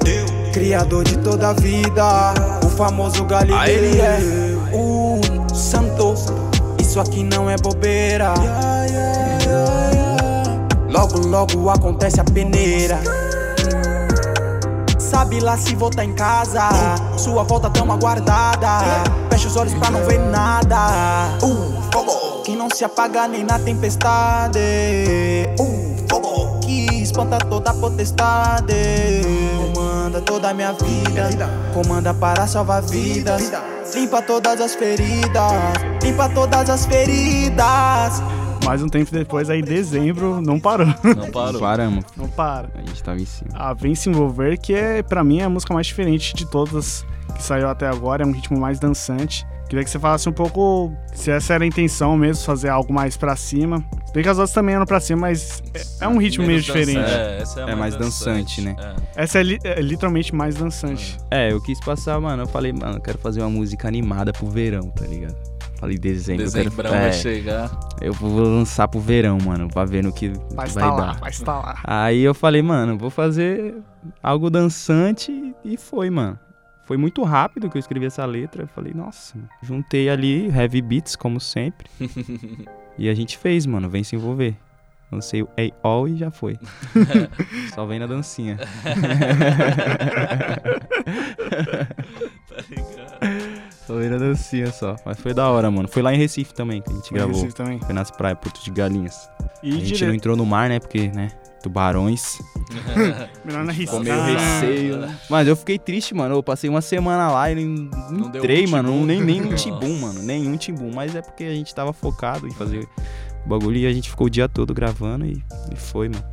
Criador de toda a vida, o famoso Galileu. Ele é um santo, isso aqui não é bobeira. Logo, logo acontece a peneira. Sabe lá se voltar em casa Sua volta tão aguardada Fecha os olhos pra não ver nada uh, fogo. Que não se apaga nem na tempestade uh, espanta toda potestade. Comanda toda a minha vida, comanda para salvar vidas. Limpa todas as feridas, limpa todas as feridas.
Mais um tempo depois, aí em dezembro, não parou. (laughs)
Não
Não
parou.
Paramos.
Não para.
A gente tava em cima.
A Vem Se Envolver, que é, pra mim, é a música mais diferente de todas que saiu até agora, é um ritmo mais dançante. Queria que você falasse um pouco se essa era a intenção mesmo, fazer algo mais pra cima. Bem que as outras também eram pra cima, mas é, é um ritmo meio
Menos
diferente.
dançante. É, essa é, a
É mais dançante, né?
É.
Essa é, li- é literalmente mais dançante.
É, eu quis passar, mano. Eu falei, mano, eu quero fazer uma música animada pro verão, tá ligado? Falei dezembro. eu quero-
Dezembrão
é,
vai chegar.
eu vou lançar pro verão, mano, pra ver no que
Vai
vai,
estar tá lá,
dar.
vai estar lá.
Aí eu falei, mano, vou fazer algo dançante e foi, mano. Foi muito rápido que eu escrevi essa letra. Eu falei, nossa, mano. juntei ali heavy beats, como sempre. e a gente fez, mano, vem se envolver. Lancei o Hey All e já foi. Só vem na dancinha.
Tá ligado?
Só vem na dancinha só. Mas foi da hora, mano. Foi lá em Recife também que a gente
Em
gravou.
Recife também.
Foi nas praias, Porto de Galinhas.
E
a gente
dire-
não entrou no mar, né? Porque, né? Tubarões.
Melhor na
Ficou
risada.
meio receio. né? Mas eu fiquei triste, mano. Eu passei uma semana lá e nem
Não
não
deu
entrei,
um
mano.
timbum.
Nem, nem um
Nossa.
timbum, mano. Nenhum timbum. Mas é porque a gente tava focado em fazer o bagulho e a gente ficou o dia todo gravando e, e foi, mano.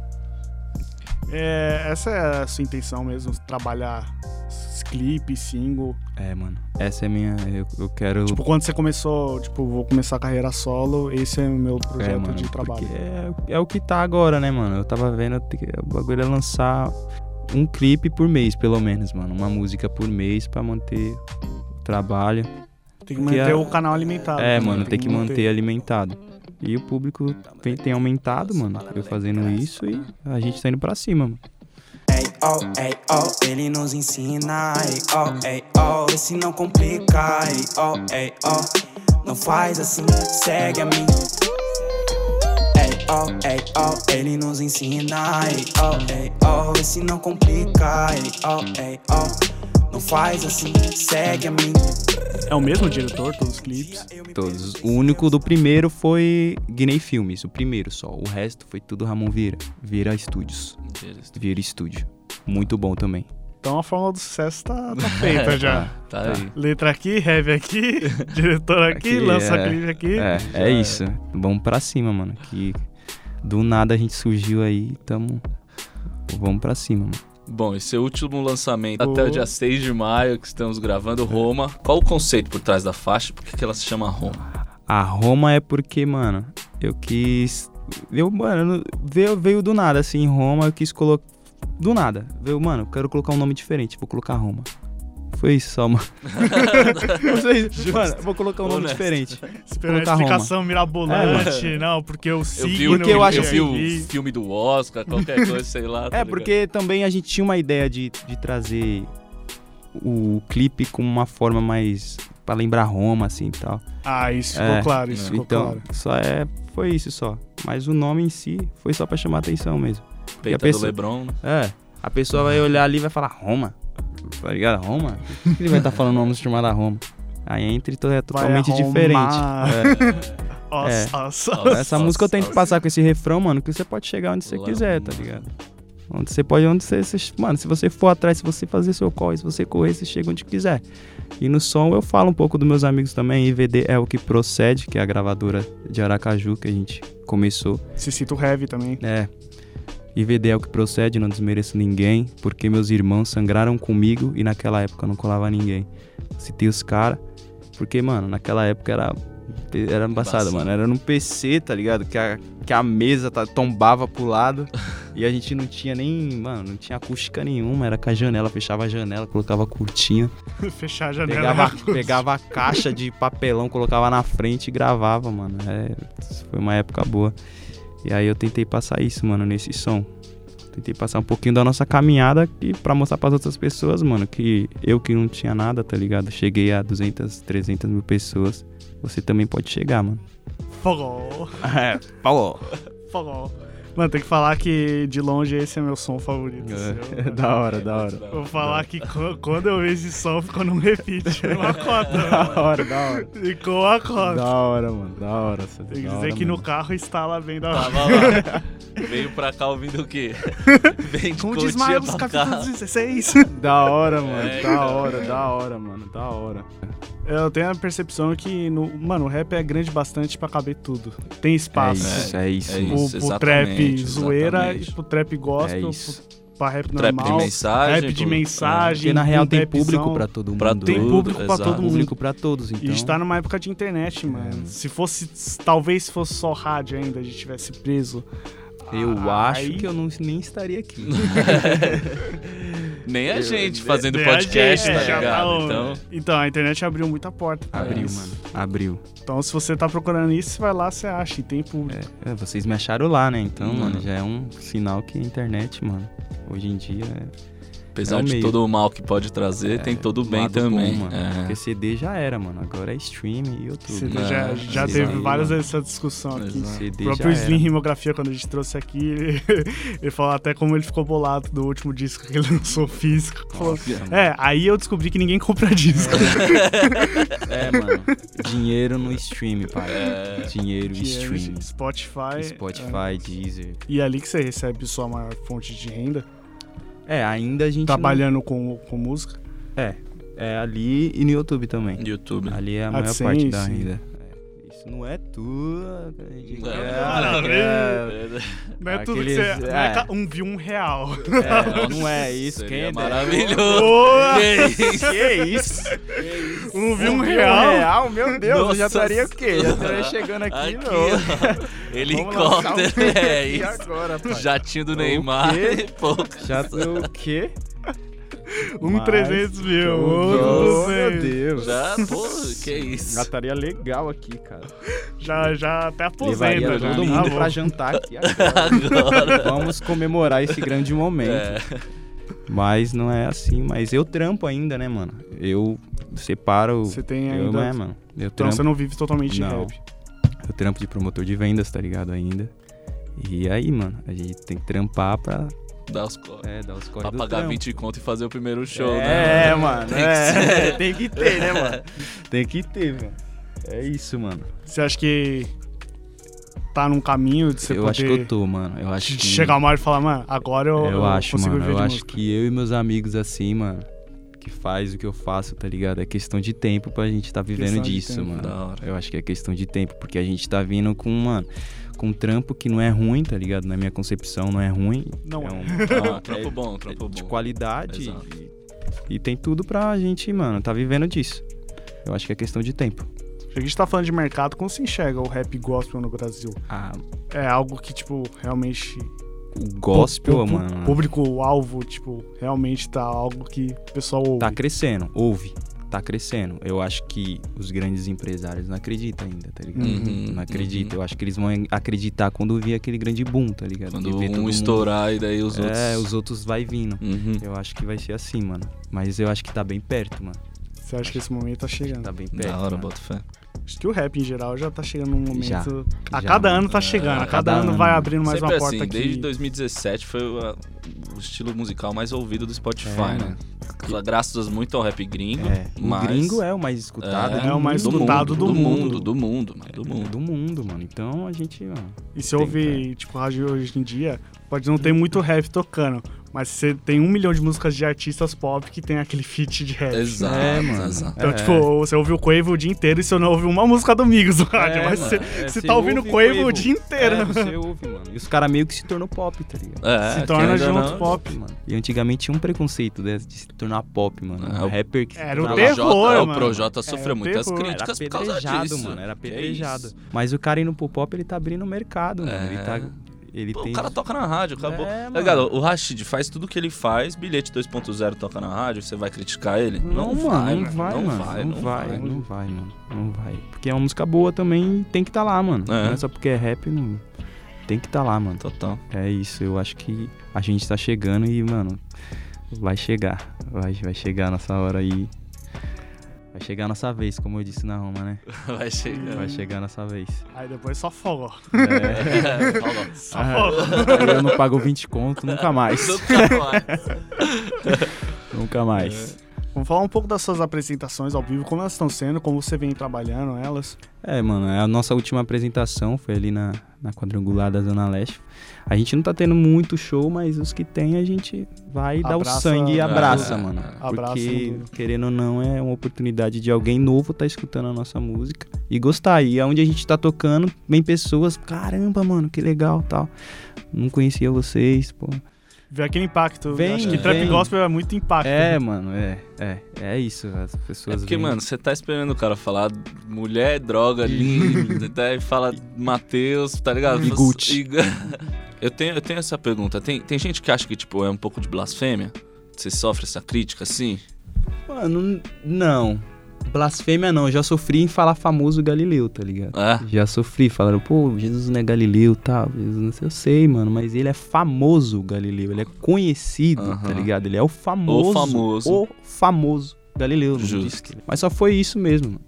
É, essa é a sua intenção mesmo, trabalhar s- clipe, single.
É, mano. Essa é minha. Eu, eu quero.
Tipo, quando você começou, tipo, vou começar a carreira solo, esse é o meu projeto
é, mano,
de trabalho.
porque É, é o que tá agora, né, mano? Eu tava vendo que o bagulho é lançar um clipe por mês, pelo menos, mano. Uma música por mês pra manter o trabalho.
Tem que
porque
manter
a-
o canal alimentado.
É,
né?
mano, tem que manter alimentado. E o público tem, tem aumentado, mano. Eu fazendo isso e a gente tá indo pra cima, mano.
Ei, oh, ei, oh, ele nos ensina. Ei, oh, ei, oh, esse não complica. Ei, oh, ei, oh, não faz assim, segue a mim. Ei, oh, ei, oh, ele nos ensina. Ei, oh, ei, oh, esse não complica. Ei, oh, ei, oh, não faz assim, segue a mim.
É o mesmo diretor, todos os clipes.
Todos. O único do primeiro foi Guinei Filmes, o primeiro só. O resto foi tudo Ramon Vieira. Vieira Studios. Vieira Studio. Muito bom também.
Então a fórmula do sucesso tá,
(laughs)
tá feita já.
Tá aí.
Letra aqui, heavy aqui, diretor aqui,
Aqui,
lança
é.
clipe aqui.
É, é isso. Vamos pra cima, mano. Que do nada a gente surgiu aí, tamo. Vamos pra cima, mano.
Bom, esse é o último lançamento
Boa.
até o dia 6 de maio que estamos gravando, Roma. Qual o conceito por trás da faixa? Por que, que ela se chama Roma?
A Roma é porque, mano, eu quis. Eu, mano, veio, veio do nada, assim, Roma, eu quis colocar. Do nada. Veio, mano, eu quero colocar um nome diferente, vou colocar Roma. Foi isso
(laughs)
só, mano. Foi isso. mano, vou colocar um nome
Honesto. Tá
diferente.
Esperando a
Colocar Roma.
explicação mirabolante, não, porque o
Eu
signo...
vi,
Porque É. eu
eu
acho-
vi
vi.
o filme do
(laughs)
Oscar, qualquer coisa, sei lá. tá
É,
ligado?
porque também a gente tinha uma ideia de, de trazer o clipe com uma forma mais. pra lembrar Roma, assim e tal.
Ah, isso ficou
É,
claro, isso ficou
então,
claro.
só é. Foi isso só. Mas o nome em si foi só pra chamar atenção mesmo.
Peita
a pessoa-
do Lebron, né?
É. A pessoa vai olhar ali e vai falar Roma. Tá ligado? Roma? Por que ele vai estar falando uma música chamada Roma? Aí entra e to- é totalmente
arrumar.
diferente. É.
(laughs) Nossa,
É.
nossa.
Nossa,
Essa música eu tento
nossa.
passar com esse refrão, mano, que você pode chegar onde você
Lá,
quiser, tá
mano.
ligado? Onde você pode, onde você, você- Mano, se você for atrás, se você fazer seu corre, se você correr, você chega onde quiser. E no som eu falo um pouco dos meus amigos também. IVD é o que procede, que é a gravadora de Aracaju que a gente começou.
Se cita o heavy também. (laughs)
É. IVD é o que procede, não desmereço ninguém, porque meus irmãos sangraram comigo e naquela época eu não colava ninguém. Citei os caras, porque, mano, naquela época era. Era embaçado,
Embaçado.
mano. Era num PC, tá ligado? Que a, que a mesa tá- tombava pro lado e a gente não tinha nem. Mano, não tinha acústica nenhuma. Era com a janela, fechava a janela, colocava cortina.
Fechar a janela.
Pegava, pegava a caixa de papelão, colocava na frente e gravava, mano. É, foi uma época boa. E aí eu tentei passar isso, mano, nesse som. Tentei passar um pouquinho da nossa caminhada e pra mostrar pras outras pessoas, mano, que eu que não tinha nada, tá ligado? Cheguei a 200, 300 mil pessoas. Você também pode chegar, mano.
Fogol,
(laughs) É, falou.
fogol. Mano, tem que falar que de longe esse é meu som favorito.
(laughs)
seu, né?
da hora, da hora.
Vou falar que co- quando eu vejo esse som, ficou num repeat. (laughs) Foi uma cota.
Da hora, da hora.
Ficou uma cota.
Da hora, mano, da hora.
Ah, Tem que dizer que no carro instala bem da hora.
Tava lá. (laughs) Veio pra cá ouvindo o
(laughs)
quê? Vem de
Com É
Cotia
Um desmaio dos
pra
capítulo
cá.
16.
(laughs) Da hora, mano.
É,
da
cara.
hora, da hora, mano. Da hora.
Eu tenho a percepção que, no, mano, o rap é grande bastante pra caber tudo. Tem espaço.
É isso, é isso.
é
mano.
Pro,
Isso,
pro trap
exatamente,
zoeira,
exatamente.
e pro trap gospel,
É isso.
pro, pra rap
Trap de
normal.
mensagem.
rap de
pô.
mensagem.
Porque na real
pro
tem
trapzão.
público pra todo mundo.
Pra
né?
Tem
tudo,
público pra
exato.
todo mundo.
público pra todos, então.
E a gente tá numa época de internet, mano. Se fosse. Talvez fosse só rádio ainda, a gente tivesse preso. Ah,
Eu
Ai.
acho
(laughs)
que eu não, nem estaria aqui.
Nem a gente fazendo
É,
podcast,
a gente
tá
já tá
ligado?
on-
Então,
Então, a internet (laughs) abriu muita porta. pra
Abriu,
isso.
mano. Abriu.
Então, se você tá procurando isso, você vai lá, você acha. E tem público.
É, vocês me acharam lá, né? Então,
Hum.
mano, já é um sinal que a internet, mano, hoje em dia é
apesar
É o
de
meio. É,
todo o mal que pode trazer, tem todo o
do
bem
lado bom,
também.
mano.
É.
Porque CD já era, mano. Agora é streaming e YouTube.
Você
né?
já
é,
já
isso
teve
aí,
várias
mano.
vezes essa discussão aqui.
Exato.
CD
O
já
próprio
era.
Slim Rimografia, quando a gente trouxe aqui, (laughs) ele, ele falou até como ele ficou bolado do último disco que ele lançou físico. Falou, é, aí eu descobri que ninguém compra disco. (laughs)
É, mano. Dinheiro no stream, pai. Dinheiro e stream.
Spotify. é.
Spotify, Deezer.
E é ali que você recebe sua maior fonte de renda,
É, ainda a gente. não-
trabalhando com, com música.
É ali e no YouTube também.
(laughs) YouTube.
Ali é a maior
AdSense.
parte da renda. É. Isso não é tua.
Não,
É,
não,
é,
Não é tudo que
Aqueles-
você. não é
é.
ca- um view, um
(laughs)
real.
é, não é isso, quem
Seria
é
maravilhoso. (laughs)
Boa!
Que isso?
Que é isso?
Um view, um
(laughs) Um
real.
real, meu Deus, eu já
Nossa
estaria o quê? Já estaria chegando aqui, não.
ó.
Vamos lançar um
Helicóptero,
clipe
(laughs) é
(laughs) aqui
isso.
agora, pai.
Jatinho do Neymar.
quê?
(laughs) Pô,
Já tô o quê?
Um
Mas-
300 mil. Um
Oh,
outro
meu
200.
Deus. (laughs)
já, pô, que isso.
Já tá estaria legal aqui, cara.
Já, já até aposenta.
Levaria
já.
todo
Tá
mundo
bom.
pra jantar
(laughs)
aqui agora.
Agora.
Vamos comemorar esse grande momento.
É.
Mas não é assim, mas eu trampo ainda, né, mano? Eu separo.
Você tem
eu,
ainda-
né, mano? Eu
Então
trampo,
você não vive totalmente
Não.
de rap.
eu trampo de promotor de vendas, tá ligado? Ainda. E aí, mano, a gente tem que trampar pra
Dá os corres.
é, dar os corre
Pra
do
pagar
trampo.
20 conto e fazer o primeiro show, né?
é, mano.
Tem que
é, (laughs) tem que ter, né, mano? Tem que ter, mano. É isso, mano.
Você acha que tá num caminho de você
eu
poder
acho que eu tô, mano. Eu acho
de
que...
chegar uma hora e falar, mano, agora eu,
Eu,
eu
acho,
consigo
mano.
viver
Eu
de
acho
música.
que eu e meus amigos, assim, mano, que faz o que eu faço, tá ligado? É questão de tempo pra gente tá vivendo
Questão de
disso,
tempo.
mano.
Da hora.
Eu acho que é questão de tempo, porque a gente tá vindo com, mano, com um trampo que não é ruim, tá ligado? Na minha concepção, não é ruim.
Não
é
é.
um (laughs)
Ah, trampo bom, trampo
é de
bom.
qualidade.
Exato.
E, e tem tudo pra gente, mano, tá vivendo disso. Eu acho que é questão de tempo.
A gente tá falando de mercado, como se enxerga o rap gospel no Brasil?
Ah,
É algo que, tipo, realmente.
o gospel,
pu- pu-
mano,
Público-alvo, tipo, realmente tá algo que o pessoal ouve.
tá crescendo. Ouve. Tá crescendo. Eu acho que os grandes empresários não acreditam ainda, tá ligado?
Uhum,
não acredita.
uhum.
Eu acho que eles vão acreditar quando vir aquele grande boom, tá ligado?
Quando
De ver todo
um
mundo-
estourar e daí os outros.
É, os outros vai vindo.
Uhum.
Eu acho que vai ser assim, mano. Mas eu acho que tá bem perto, mano.
Você acha que esse momento tá chegando?
Tá bem perto.
Da hora,
mano.
bota fé.
Acho que o rap em geral já tá chegando num momento.
Já.
a
Já,
cada
mano.
ano tá chegando, a
a
cada
cada
ano
ano,
vai
mano.
abrindo mais
Sempre
uma porta
assim,
aqui.
desde 2017 foi o, o estilo musical mais ouvido do Spotify,
É,
né? Gra- Graças muito ao rap gringo.
É.
mas-
O gringo é o mais escutado.
É,
do
é o mais
mundo.
escutado do
do
mundo.
mundo. Do mundo, mano, do
É
mundo.
do mundo, mano. Então a gente, mano.
E se ouvir, tipo, rádio hoje em dia, pode não ter muito rap tocando, mas você tem um milhão de músicas de artistas pop que tem aquele feat de rap.
Exato,
É, mano.
exato.
Então,
É.
tipo, você ouve o Quavo o dia inteiro e você não ouve uma música do Migos (laughs) no rádio, mas
mano.
você,
É,
você
você
tá ouvindo
ouve
Quavo o
Quavo.
dia inteiro. né?
É, você ouve, mano. E os caras meio que se um tornou pop, tá ligado?
É,
Se torna
querendo ou
junto
não,
pop.
Mano. E antigamente tinha um preconceito desse de se tornar pop, mano.
É,
um
o-
rapper que se
Era o
tornava
Projota-
terror,
é,
mano.
O Projota sofreu
o
muitas
terror.
Era
críticas por causa
apedrejado,
disso.
mano. Era
Que
apedrejado.
isso.
é Mas o cara indo pro pop, ele tá abrindo o mercado, mano.
É.
Ele tá. Ele
Pô,
tem.
o cara toca na rádio, acabou.
É,
tá ligado? O Rashid faz tudo que ele faz, bilhete 2.0 toca na rádio, você vai criticar ele?
Não,
vai,
mano, não vai,
não
mano.
vai,
Não vai,
vai.
não vai, mano. Não vai. Porque é uma música boa também e tem que tá lá, mano.
É.
Não é só porque é rap, não. Tem que tá lá, mano.
Total.
É isso, eu acho que a gente tá chegando e, mano, vai chegar. Vai, vai chegar a nossa hora aí. Vai chegar a nossa vez, como eu disse na Roma, né?
Vai chegar.
Vai chegar a nossa vez.
Aí depois só forró.
(laughs) É. Ah,
Fala.
Só forró.
eu não
(laughs)
(laughs)
É
pago 20 conto nunca mais.
Nunca mais.
Nunca mais.
Vamos falar um pouco das suas apresentações ao vivo, como elas estão sendo, como você vem trabalhando elas.
É, mano, a nossa última apresentação foi ali na, na quadrangular da Zona Leste. A gente não tá tendo muito show, mas os que tem a gente vai dar o
Abraça- né? É.
sangue e abraça,
Ah,
mano.
abraça, sem
porque,
dúvida.
querendo ou não, é uma oportunidade de alguém novo tá escutando a nossa música e gostar. E aonde a gente tá tocando, vem pessoas, caramba, mano, que legal tal. Não conhecia vocês, pô.
Vê aquele impacto. eu
Vem,
acho que trap
vem.
gospel é muito impacto.
É,
né?
mano, é, é, é isso. As pessoas.
É porque,
vêm-
mano, você tá esperando o cara falar mulher, droga,
(laughs)
linda, daí fala Matheus, tá ligado?
E Gucci.
E- (laughs) Eu tenho, eu tenho essa pergunta. Tem, tem gente que acha que, tipo, é um pouco de blasfêmia? Você sofre essa crítica, assim?
Mano, não. Blasfêmia não, eu já sofri em falar famoso Galileu, tá ligado?
É? (laughs)
Já sofri, falaram, pô, Jesus não é Galileu e tal. Jesus não sei, eu sei, mano, mas ele é famoso, Galileu. Ele é conhecido, tá
Aham.
ligado? Ele é o famoso.
O famoso.
O famoso Galileu. Não
Justo.
disse que ele- Mas só foi isso mesmo, mano.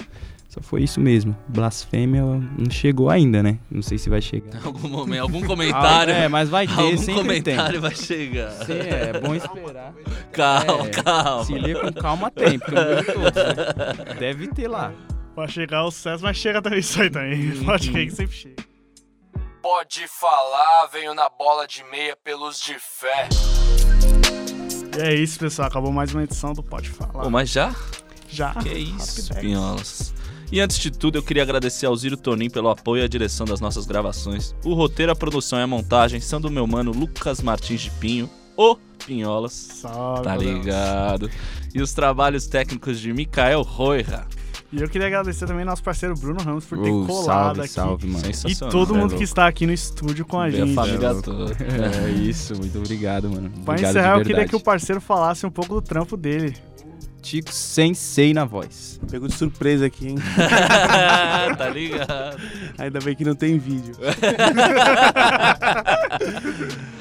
Só foi isso mesmo. Blasfêmia não chegou ainda, né? Não sei se vai chegar.
Em algum momento, algum comentário.
Ah, é, mas vai
(laughs)
ter,
algum
sempre
comentário vai chegar.
tem. Sim, é, é bom esperar.
Calma,
É,
calma.
Se ler com calma tem, porque eu não li todos, né? Deve ter lá.
Vai chegar o sucesso, mas chega também isso aí
Uhum.
também. (laughs) Pode crer que sempre chega.
Pode falar, venho na bola de meia pelos de fé.
E é isso, pessoal. Acabou mais uma edição do Pode Falar.
Pô, mas já?
Já.
Que é isso,
Rapidex.
pinholas. E antes de tudo, eu queria agradecer ao Ziro Tonin pelo apoio e a direção das nossas gravações. O roteiro, a produção e a montagem são do meu mano Lucas Martins de Pinho, o Pinholas.
Salve,
Tá
galera.
ligado? E os trabalhos técnicos de Mikael Roira.
E eu queria agradecer também nosso parceiro Bruno Ramos por ter
Oh,
colado
salve,
aqui.
salve, mano.
E
Sensacional. É
todo
né,
mundo
louco?
que está aqui no estúdio com a
Ver a
gente.
família
louco.
toda. (laughs)
É isso, muito obrigado, mano. Obrigado
Pra
de
encerrar, eu queria
verdade.
que o parceiro falasse um pouco do trampo dele.
Tico Sensei na voz.
Pegou de surpresa aqui, hein?
tá ligado?
Ainda bem que não tem vídeo.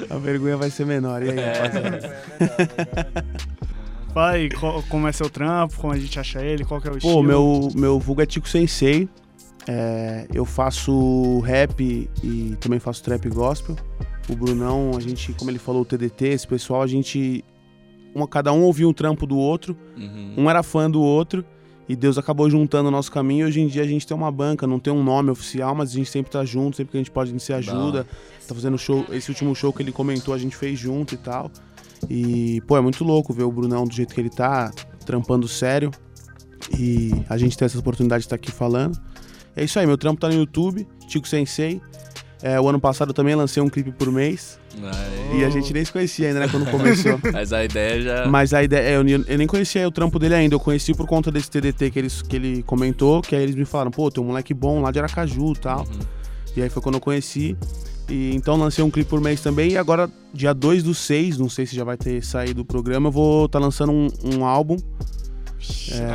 A vergonha vai ser menor, e aí, rapaziada?
Fala aí co- como é seu trampo, como a gente acha ele, qual que é o estilo.
Pô, meu, meu vulgo é Tico Sensei. É, eu faço rap e também faço trap gospel. O Brunão, a gente, como ele falou, o TDT, esse pessoal, a gente. Uma, cada um ouvia um trampo do outro.
Uhum.
Um era fã do outro e Deus acabou juntando o nosso caminho. Hoje em dia a gente tem uma banca, não tem um nome oficial, mas a gente sempre tá junto, sempre que a gente pode, a gente se ajuda. Tá fazendo show, esse último show que ele comentou, a gente fez junto e tal. E, pô, é muito louco ver o Brunão do jeito que ele tá, trampando sério. E a gente tem essa oportunidade de estar aqui falando. É isso aí, meu trampo tá no YouTube, Tico Sensei. É, o ano passado eu também lancei um clipe por mês.
Aí-
E a gente nem se conhecia ainda, né,
(laughs)
quando começou.
Mas a ideia já.
Mas a ideia. é, Eu, eu nem conhecia o trampo dele ainda. Eu conheci por conta desse TDT que, eles, que ele comentou. Que aí eles me falaram, pô, tem um moleque bom lá de Aracaju e tal. E aí foi quando eu conheci. E então lancei um clipe por mês também. E agora, dia 2 do 6, não sei se já vai ter saído o programa, eu vou estar lançando um, um álbum.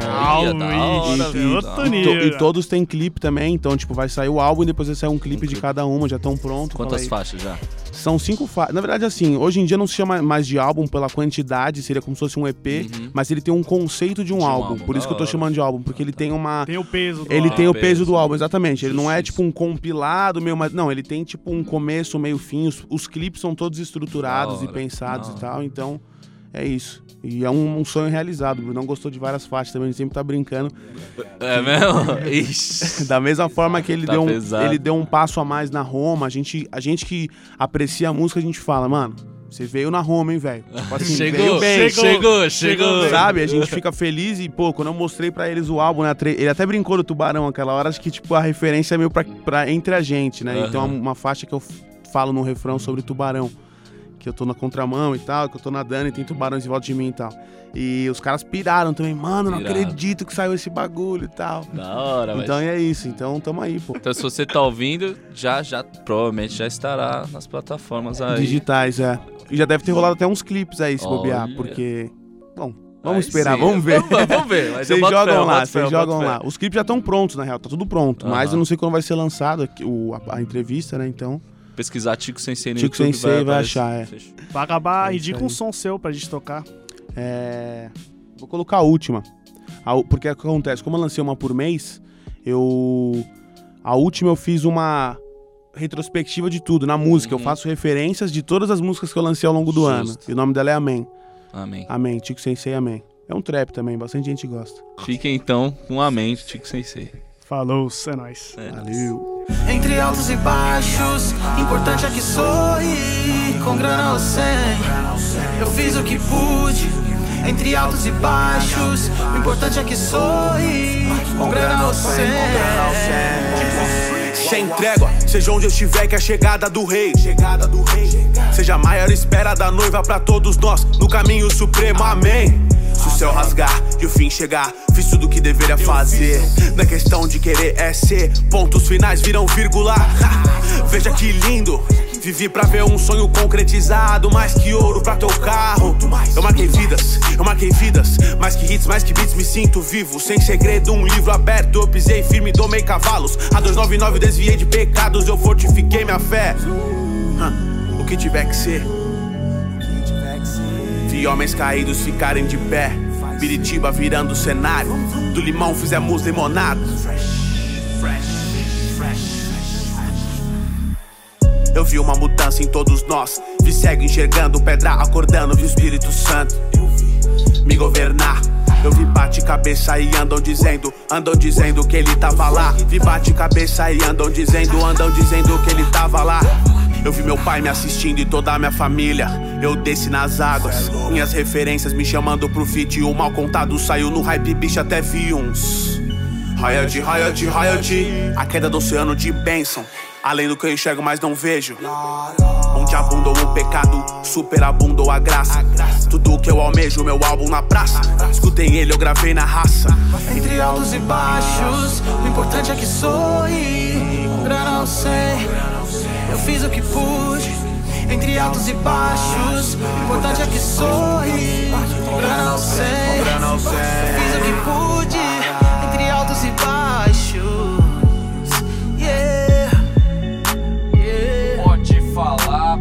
Olha, da hora,
Salve,
velho.
outro
Da
E, to-
nível.
e todos têm clipe também. Então, tipo, vai sair o álbum e depois vai sair um clipe de
clipe.
cada uma, já estão prontos.
Quantas
falei.
faixas já?
São cinco faixas. Na verdade, assim, hoje em dia não se chama mais de álbum pela quantidade, seria como se fosse um EP,
Uhum.
mas ele tem um conceito de um,
De um
álbum.
álbum,
Por isso
da
que eu tô
hora.
chamando de álbum, porque ele tem uma.
Tem o peso do
Ele
álbum.
tem o
peso.
peso do álbum, exatamente. Ele não é
Justiça.
tipo um compilado meio, mas não, ele tem tipo um começo, meio fim. Os, os clipes são todos estruturados
Da
e
hora,
pensados
da
e
hora.
tal, então é isso. E é um, um sonho realizado. O Brunão gostou de várias faixas também, ele sempre tá brincando.
É mesmo? (laughs) Ixi.
(laughs) Da mesma forma que ele,
Tá
deu, um,
pesado.
ele deu um passo a mais na Roma, a gente, a gente que aprecia a música, a gente fala, mano, você veio na Roma, hein, velho? Tipo assim, veio
(laughs) Chegou,
bem,
chegou, chegou,
Sabe? A gente fica feliz e, pô, quando eu mostrei pra eles o álbum, né? a tre- Ele até brincou do tubarão aquela hora, acho que, tipo, a referência é meio pra, pra entre a gente, né?
Aham.
E tem uma, uma faixa que eu f- falo no refrão sobre tubarão. Que eu tô na contramão e tal, que eu tô nadando e tem tubarões em volta de mim e tal. E os caras piraram também, mano, não
Piraram.
acredito que saiu esse bagulho e tal.
Da hora, velho.
Então é isso, então tamo aí, pô.
Então, se você tá ouvindo, já, já, provavelmente já estará nas plataformas aí.
Digitais, é. E já deve ter rolado até uns clipes aí, se
Olha.
bobear, porque. Bom,
Aí
vamos esperar,
sim.
vamos ver.
Vamos, vamos ver. mas eu
Vocês
boto fé,
jogam
eu
lá,
boto fé, eu
vocês
boto
jogam
fé.
lá. Os clipes já estão prontos, na real, tá tudo pronto. Mas
Aham.
eu não sei quando vai ser lançado aqui, o, a, a entrevista, né? Então.
Pesquisar Tico Sensei no
Tico
YouTube
Sensei vai
aparecer.
achar, é.
Fechou.
Vai acabar,
É isso
indica
aí.
um som seu pra gente tocar.
É... Vou colocar a última. A u- porque é o que acontece? Como eu lancei uma por mês, eu. A última eu fiz uma retrospectiva de tudo na música.
Uhum.
Eu faço referências de todas as músicas que eu lancei ao longo do ano.
Justo.
E o nome dela é Amém.
Amém.
Amém. Tico Sensei, Amém.
É um trap também, bastante gente gosta.
Fiquem então com a mente, Tico Sensei.
Falou, é nóis.
Valeu.
Entre altos e baixos, importante é que sorri, com grana ou sem. Eu fiz o que pude. Entre altos e baixos, o importante é que sorri, com grana ou sem.
Sem trégua, seja onde eu estiver, que é a chegada do rei. Chegada do rei. Seja a maior espera da noiva pra todos nós, no caminho supremo, amém. Se o céu rasgar e o fim chegar, fiz tudo o que deveria fazer. Na questão de querer é ser, pontos finais viram vírgula. (laughs) Ha! Veja que lindo. Vivi pra ver um sonho concretizado, mais que ouro pra teu carro. Eu marquei vidas, eu marquei vidas, mais que hits, mais que beats, me sinto vivo. Sem segredo, um livro aberto, eu pisei firme, domei cavalos. A 299 desviei de pecados, eu fortifiquei minha fé. Hã, O que tiver que ser, vi homens caídos ficarem de pé. Biritiba virando cenário, do limão fizemos limonada. Eu vi uma mudança em todos nós. Vi cego enxergando, pedra acordando, vi o Espírito Santo me governar. Eu vi bate-cabeça e andam dizendo, andam dizendo que ele tava lá. Vi bate-cabeça e andam dizendo, andam dizendo que ele tava lá. Eu vi meu pai me assistindo e toda a minha família. Eu desci nas águas, minhas referências me chamando pro fit. E o mal contado saiu no hype, bicho, até vi uns. Hayat, Hayat, Hayat. A queda do oceano de bênção. Além do que eu enxergo, mas não vejo. Onde abundou o pecado, superabundou a graça. Tudo que eu almejo, meu álbum na praça. Escutem ele, eu gravei na raça.
Entre altos e baixos, o importante é que sorri. Com grana ou sem, eu fiz o que pude. Entre altos e baixos, o importante é que sorri. Com grana ou sem, eu fiz o que pude. Entre altos e baixos, yeah, yeah.
Pode falar.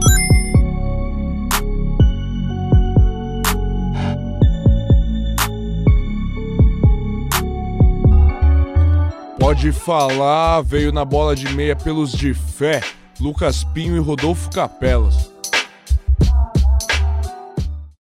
Pode falar, veio na bola de meia pelos de fé, Lucas Pinho e Rodolfo Capelas.